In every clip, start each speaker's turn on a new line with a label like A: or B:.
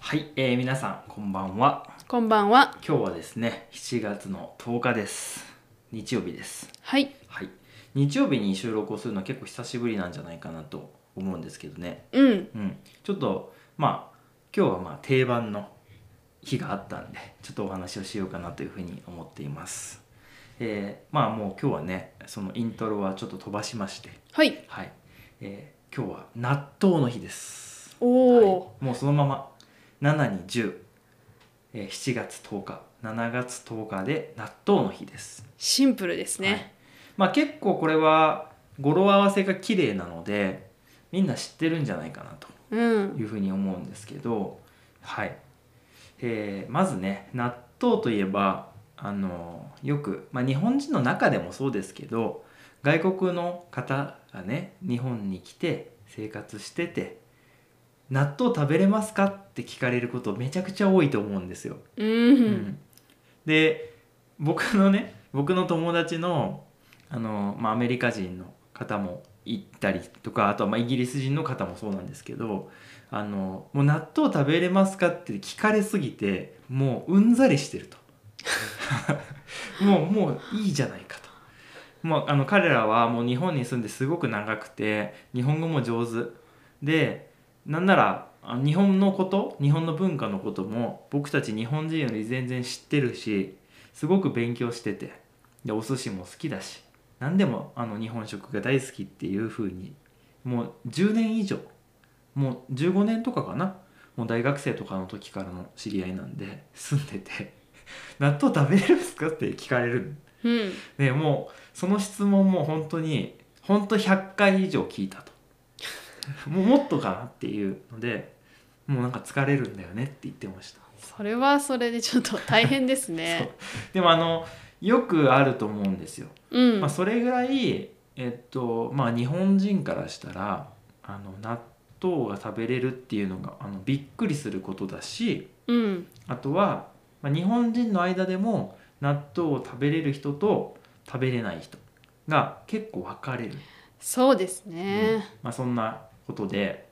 A: はい、えー、皆さんこんばんは
B: こんばんは。
A: 今日はですね7月の10日です日曜日です
B: はい。
A: はい日曜日に収録をするのは結構久しぶりなんじゃないかなと思うんですけどね
B: うん。
A: うんちょっとまあ今日はまあ定番の日があったんでちょっとお話をしようかなというふうに思っていますえー、まあもう今日はねそのイントロはちょっと飛ばしまして
B: はい。
A: はい、えー、今日は納豆の日です
B: おお、
A: はい、もうそのまま7に10、えー、7月10日7月10日で納豆の日です、
B: シンプルです
A: はい
B: ね。
A: まあ、結構これは語呂合わせが綺麗なのでみんな知ってるんじゃないかなと
B: うん。
A: いうふうに思うんですけど、はいえーまずね納豆といえばあのよく、まあ、日本人の中でもそうですけど外国の方がね日本に来て生活してて「納豆食べれますか?」って聞かれることめちゃくちゃ多いと思うんですよ。
B: う。
A: うんんで僕のね僕の友達のあの、まあ、アメリカ人の方も行ったりとかあとはまあイギリス人の方もそうなんですけどあのもう納豆食べれますかって聞かれすぎてもううんざりしてると もうもういいじゃないかと。もうあの彼らはもう日本に住んですごく長くて日本語も上手でなんならあ日本のこと日本の文化のことも僕たち日本人より全然知ってるしすごく勉強しててでお寿司も好きだし何でもあの日本食が大好きっていう風にもう10年以上もう15年とかかなもう大学生とかの時からの知り合いなんで住んでて 「納豆食べれるんですか?」って聞かれる
B: うん。
A: ねもうその質問も本当に本当100回以上聞いたともうもっとかなっていうのでもうなんか疲れるんだよねって言ってました、
B: それはそれでちょっと大変です
A: そう
B: ね。
A: でもあのよくあると思うんですよ、
B: うん。
A: まあ、 それぐらいえっとまあ日本人からしたらあの納豆が食べれるっていうのがあのびっくりすることだし
B: うん。
A: あとは、まあ、日本人の間でも納豆を食べれる人と食べれない人が結構分かれる
B: そうですね。
A: まあ、そんなことで、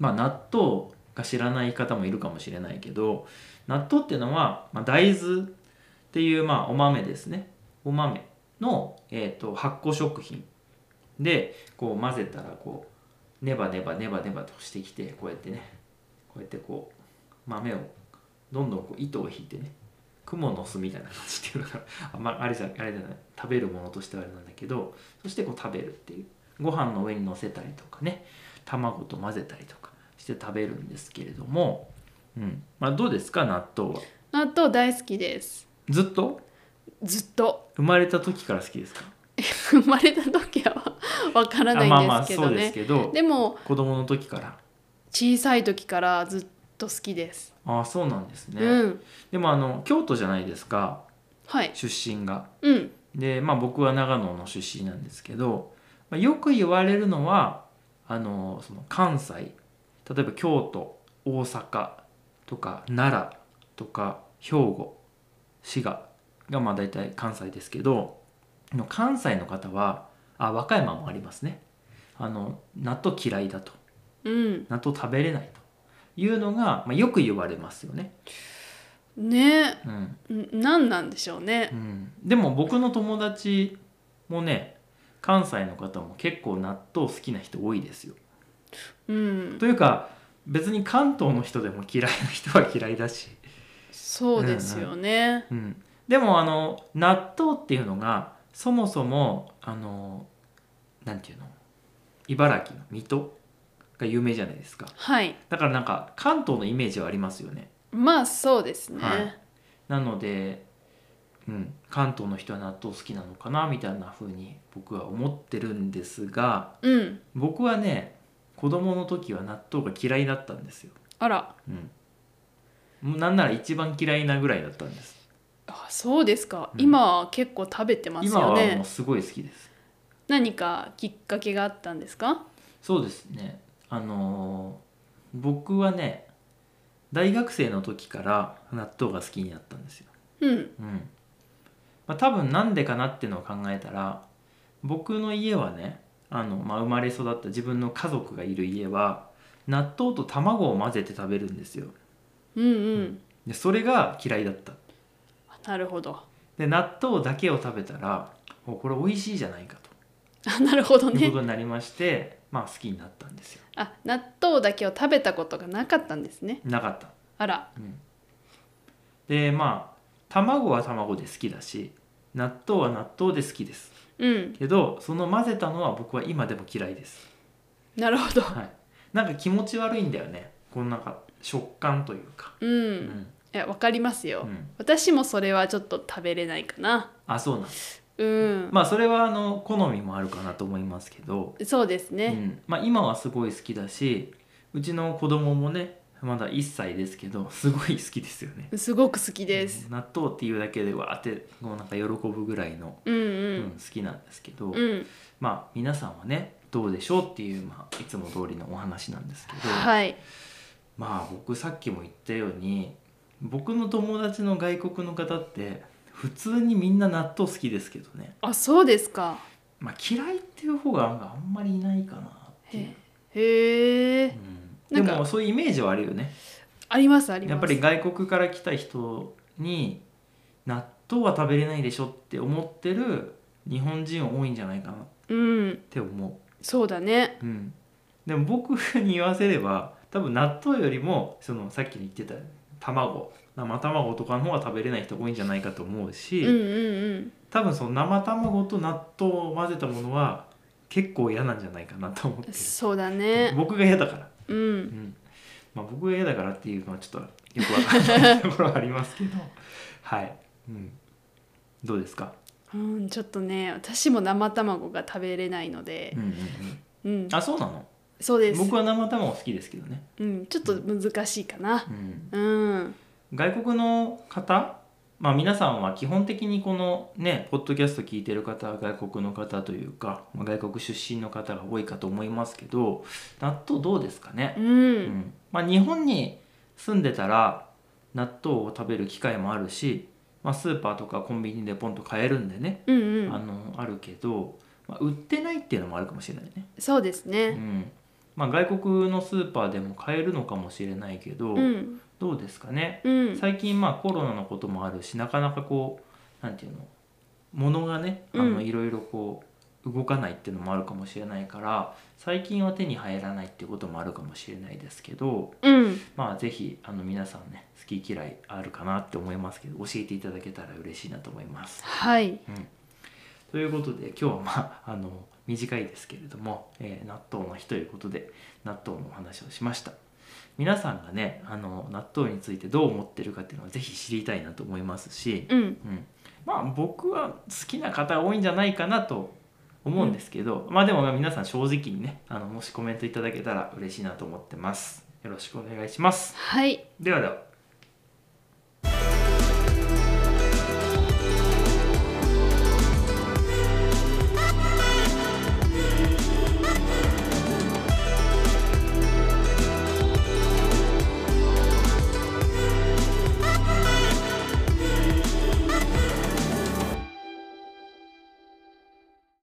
A: まあ、納豆が知らない方もいるかもしれないけど納豆っていうのは、まあ、大豆っていう、まあ、お豆ですねお豆の、えー、と発酵食品でこう混ぜたらこうネバネバネバネバとしてきてこうやってねこうやってこう豆をどんどんこう糸を引いてね蜘蛛の巣みたいな感じっていうのがあ,、まあ、あれじゃあれじゃない食べるものとしてはあれなんだけどそしてこう食べるっていうご飯の上に乗せたりとかね卵と混ぜたりとかして食べるんですけれども、うんまあ、どうですか納豆は
B: 納豆大好きです。
A: ずっと
B: ずっと
A: 生まれた時から好きですか
B: 生まれた時はわからな
A: あまあ
B: いん
A: ま
B: で
A: あ
B: すけ
A: そ
B: ど
A: うです
B: ね。
A: けど
B: でも
A: 子供の時から
B: 小さい時からずっと好きです。
A: ああそうなんですね、
B: うん。
A: でもあの京都じゃないですか
B: はい。
A: 出身が
B: うん。
A: でまあ僕は長野の出身なんですけど、まあ、よく言われるのはあのその関西例えば京都大阪とか奈良とか兵庫滋賀がまあ大体関西ですけどの関西の方はあ和歌山もありますねあの納豆嫌いだと
B: うん。
A: 納豆食べれないというのが、まあ、よく言われますよね。
B: ね。
A: うん
B: んなんなんでしょうね
A: う。ん、でも僕の友達もね関西の方も結構納豆好きな人多いですよ。
B: うん。
A: というか別に関東の人でも嫌いな人は嫌いだし、
B: そうですよね。
A: うん、でもあの納豆っていうのがそもそもあのなんていうの茨城の水戸が有名じゃないですか
B: はい。
A: だからなんか関東のイメージはありますよね。
B: まあそうですね、
A: はいなので、うん、関東の人は納豆好きなのかなみたいな風に僕は思ってるんですが
B: うん
A: 僕はね子供の時は納豆が嫌いだったんですよ、
B: あら
A: うん、もうなんなら一番嫌いなぐらいだったんです
B: あそうですか、
A: うん
B: 今は結構食べてます
A: 今
B: よ
A: はも
B: ね
A: うすごい好きです
B: 何かきっかけがあったんですか
A: そうですねあのー僕はね大学生の時から納豆が好きになったんですよ
B: うん
A: うんまあ、多分なんでかなっていうのを考えたら僕の家はねあの、まあ、生まれ育った自分の家族がいる家は納豆と卵を混ぜて食べるんですよ
B: うんうん。
A: でそれが嫌いだった
B: なるほど。
A: で納豆だけを食べたらおこれ美味しいじゃないか
B: あ、なるほど
A: という
B: ね
A: こ。とになりましてまあ好きになったんですよ
B: あ、納豆だけを食べたことがなかったんですね。
A: なかった、
B: あら、
A: うん、でまあ卵は卵で好きだし納豆は納豆で好きです
B: うん、
A: けどその混ぜたのは僕は今でも嫌いです、
B: なるほど。
A: はい、なんか気持ち悪いんだよねこのなんか食感というか
B: う、
A: うんん、
B: いや、わかります
A: う
B: よ。
A: ん、
B: 私もそれはちょっと食べれないかな。
A: あそうなん
B: うん、
A: まあそれはあの好みもあるかなと思いますけど、
B: そうです
A: う
B: ね。
A: んまあ、今はすごい好きだしうちの子供もねまだ1歳ですけど すごい好きですよね。
B: すごく好きです。
A: 納豆っていうだけでわーってこうなんか喜ぶぐらいの、
B: うん、
A: う
B: うん
A: ん、好きなんですけど、
B: うん、
A: まあ皆さんはねどうでしょうっていう、まあ、いつも通りのお話なんですけど、
B: はい。
A: まあ僕さっきも言ったように僕の友達の外国の方って普通にみんな納豆好きですけどね、
B: あ、そうですか。
A: まあ、嫌いっていう方がなんかあんまりいないかなっていう
B: へへえ、
A: で
B: なん
A: も
B: か
A: そういうイメージはあるよね
B: あります、あります。
A: やっぱり外国から来た人に納豆は食べれないでしょって思ってる日本人は多いんじゃないかなっ
B: うん、
A: て思
B: そうだね。
A: う、うん、でも僕に言わせれば多分納豆よりもそのさっき言ってた卵生卵とかの方は食べれない人多いんじゃないかと思うし、
B: うん、うん、
A: 多分その生卵と納豆を混ぜたものは結構嫌なんじゃないかなと思って
B: うん。
A: る
B: そうだね。
A: 僕が嫌だから
B: う、
A: うんんまあ、僕が嫌だからっていうのはちょっとよくわからない ところはありますけどはい、うん、どうですか、
B: うん、ちょっとね、私も生卵が食べれないので
A: うん。うんうん、
B: うん、
A: あそうなの
B: そうです。
A: 僕は生卵好きですけどね、
B: うん、ちょっと難しいかな。
A: うん、
B: うん、
A: 外国の方まあ皆さんは基本的にこのねポッドキャスト聞いてる方は外国の方というかまあ外国出身の方が多いかと思いますけど納豆どうですかねう
B: う、、
A: んんまあ、日本に住んでたら納豆を食べる機会もあるし、まあ、スーパーとかコンビニでポンと買えるんでね、
B: うん、う
A: あ
B: ん、
A: のあるけど、まあ、売ってないっていうのもあるかもしれないね、
B: そうです
A: う
B: ね。
A: んまあ、外国のスーパーでも買えるのかもしれないけど、
B: うん、
A: どうですかね
B: うん、
A: 最近まあコロナのこともあるしなかなかこうなんていうの物がねあ
B: う
A: の
B: ん
A: いろいろこう動かないっていうのもあるかもしれないから最近は手に入らないっていうこともあるかもしれないですけど、
B: うん、
A: まあぜひあの皆さんね好き嫌いあるかなって思いますけど教えていただけたら嬉しいなと思います。
B: はい、
A: ということで今日はまああ の短いですけれども、えー納豆の日ということで納豆のお話をしました。皆さんがねあの納豆についてどう思ってるかっていうのはぜひ知りたいなと思いますし、
B: うん、
A: うん、まあ僕は好きな方多いんじゃないかなと思うんですけど、まあでもまあ皆さん正直にねあのもしコメントいただけたら嬉しいなと思ってます。よろしくお願いします。
B: はい。
A: ではでは。